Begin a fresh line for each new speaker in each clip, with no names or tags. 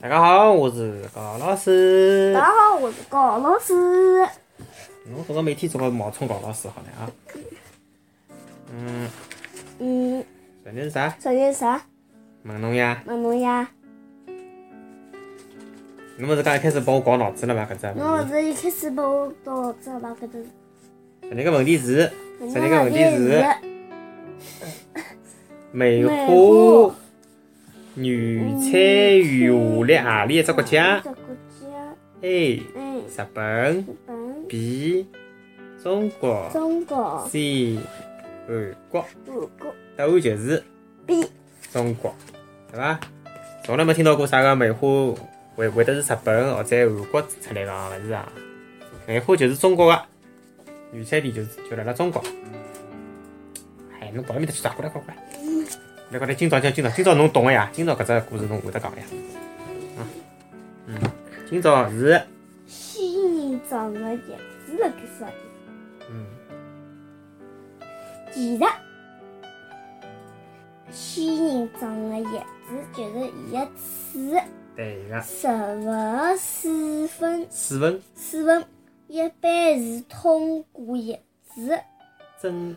大家好，我是高老师
大。家好，我是高老师。
侬这个每天这个冒充高老师好难啊。嗯，
嗯，
昨天是啥？
昨天啥？
问侬呀，
问侬呀，
侬勿是刚一开始帮我搞脑子了伐？搿只
侬
问
勿
题。
是一开始把我到这了搿只？
昨天个问题是，昨天个问题是梅
梅
花
花
原产于下列何里一只国家
这国家，
？A.
嗯，
日本
日本、
B. 中国
中国、
C. 韩国。
韩国、
答案就是
B
中国，对伐？从来没听到过啥个梅花会会得是日本或者韩国出来个啊，勿是啊？梅花就是中国个，原产地就是就辣辣中国。哎，侬搞埃面搭去啥？过来，过来，过来！来，过来！今朝，今朝，今朝，今朝侬懂个呀？今朝搿只故事侬会得讲个呀？啊，嗯，今朝是，
西人长的叶子辣盖啥地
嗯，
方？其实，西人长的叶子就是伊个刺，
对个，
十分水分。
水分
水分一般是通过叶子
蒸，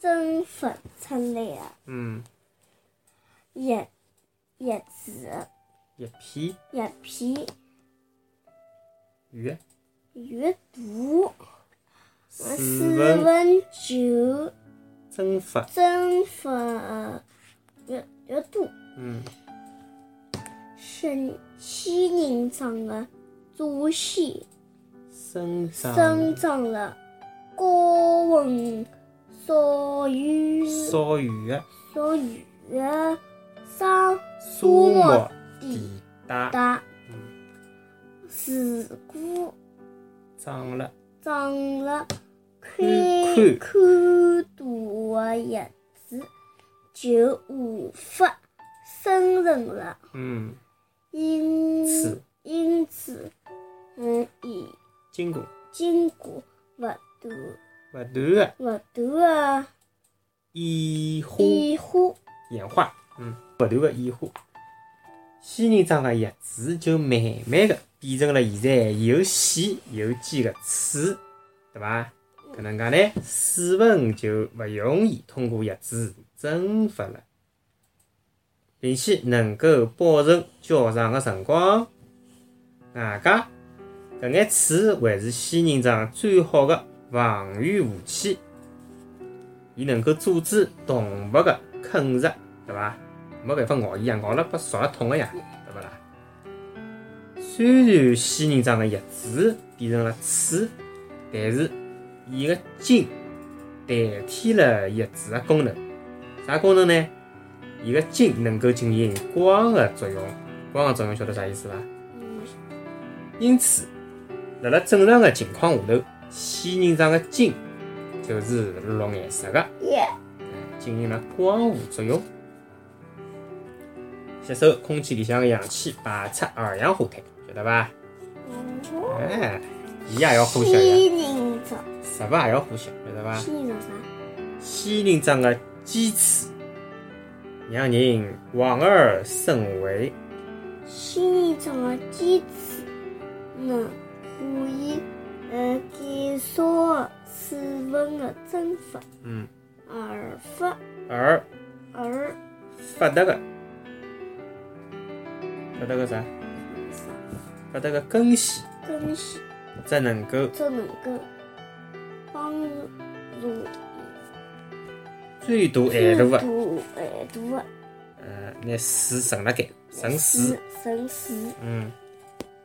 蒸发出来的
嗯，
叶叶子
一片
叶片
鱼，
越大，
水
水
分
分就
蒸发，
蒸发越越多。
嗯，
仙仙人掌的祖先
生长。
生长了高温少雨
鲨鱼的
少雨的沙
苏
漠
莫
地
地带
的，自古
长了
长了看
嗯看
看大的叶子，就无法生存了。
嗯
因
此
因此，嗯，已
经过
经过不断
不断的
不断的
演化
变化，
演化，嗯，不断的演化。仙人掌的叶子就慢慢的变成了现在有线有尖的刺，对伐？搿能介呢，水分就勿容易通过叶子蒸发了，并且能够保存较长的辰光。外加搿眼刺还是仙人掌最好的防御武器，伊能够阻止动物的啃食，对伐？没办法咬伊呀，咬了被烧了痛个呀，对勿啦？虽然仙人掌的叶子变成了刺，但是伊个茎代替了叶子的功能，啥功能呢？伊个茎能够进行光合作用，光合作用晓得啥意思伐？
嗯，
因此，辣辣正常的情况下头，仙人掌的茎就是绿颜色的，
叶
进行了光合作用，吸收空气里向的氧气，排出二氧化碳，晓得伐？哎，伊也要呼吸呀，
仙人掌，
食物也要呼吸，晓得伐？
仙人掌啥？
仙人掌的尖刺，让人望而生畏。
仙人掌的尖刺能可以呃减少水分的蒸发，
嗯，
而发
而
而
发达个，发达个啥？发达个根系。
根系
才能够
这能够帮助
最大
制
限度
度
的，
限度的
呃，拿水存辣盖，存水
水，省水，
嗯，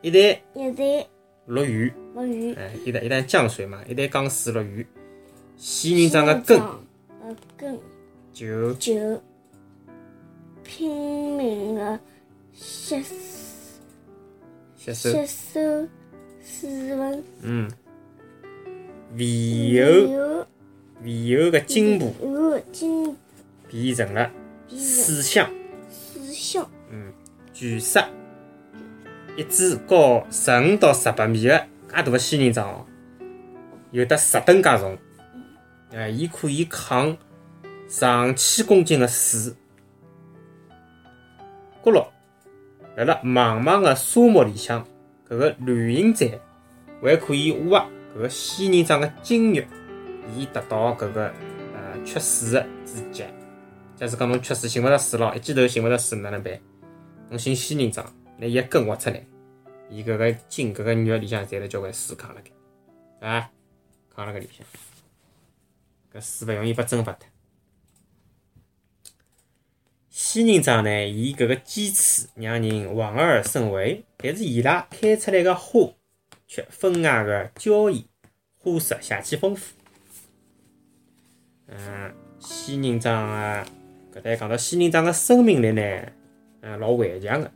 一旦
一旦
落雨，
落雨，
哎，一旦一旦降水嘛，一旦降水落雨，仙人掌的根
呃根
就
就拼命的吸
吸收，
吸收水分，
嗯，肥厚
有
肥厚的茎部
有进
变成了
变
水箱，
思想，
嗯，据说一支高十五到十八米的介大的仙人掌哦，有得十吨介重。哎，伊可以扛上千公斤的水。角落辣辣茫茫个沙漠里向，搿个旅行者还可以挖搿个仙人掌个精液，以达到搿个呃缺水个止节。假使讲侬缺水，寻勿着水咯，一记头寻勿着水，哪能办？侬寻仙人掌，拿伊个根挖出来，伊搿个茎搿个肉里向侪辣交关水扛辣盖，对伐？扛辣搿里向，搿水勿容易被蒸发脱。仙人掌呢，伊搿个鸡翅让人望而生畏，但是伊拉开出来个花却分外个娇艳，花色邪气丰富。嗯，仙人掌啊，搿搭讲到仙人掌个生命力呢，嗯，老顽强个。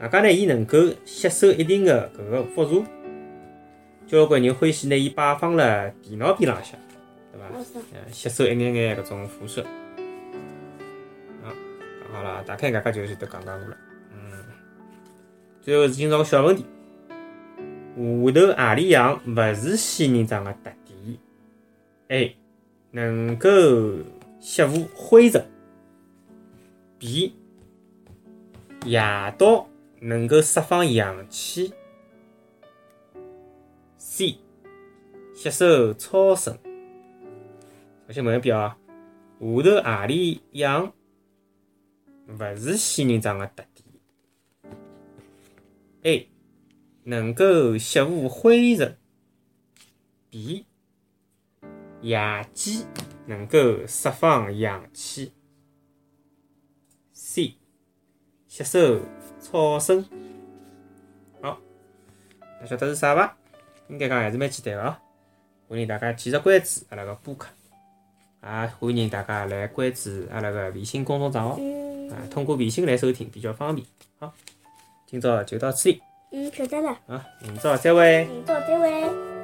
外加呢，伊能够吸收一定的搿个辐射，交关人欢喜拿伊摆放辣电脑边浪向，对伐？
老师，
呃，吸收一眼眼搿种辐射。啊，讲好了，大概搿个就是都讲讲过了。嗯，最后是今朝个小问题：下头何里样勿是仙人掌个特点？A. 能够吸附灰尘。B. 夜到能够释放阳气。C. 吸收超声。首先问一遍啊，下头何里样勿是仙人掌的特点？A. 能够吸附灰尘。B. 野鸡能够释放阳气。C. 吸收草生。好，还晓得是啥伐？应该讲还是蛮简单个啊。欢迎大家继续关注阿拉个播客。也欢迎大家来关注阿拉个微信公众账号，
嗯
啊，通过微信来收听比较方便。好，今朝就到此里
嗯，晓得了，
啊，明朝再会。
嗯，到这位。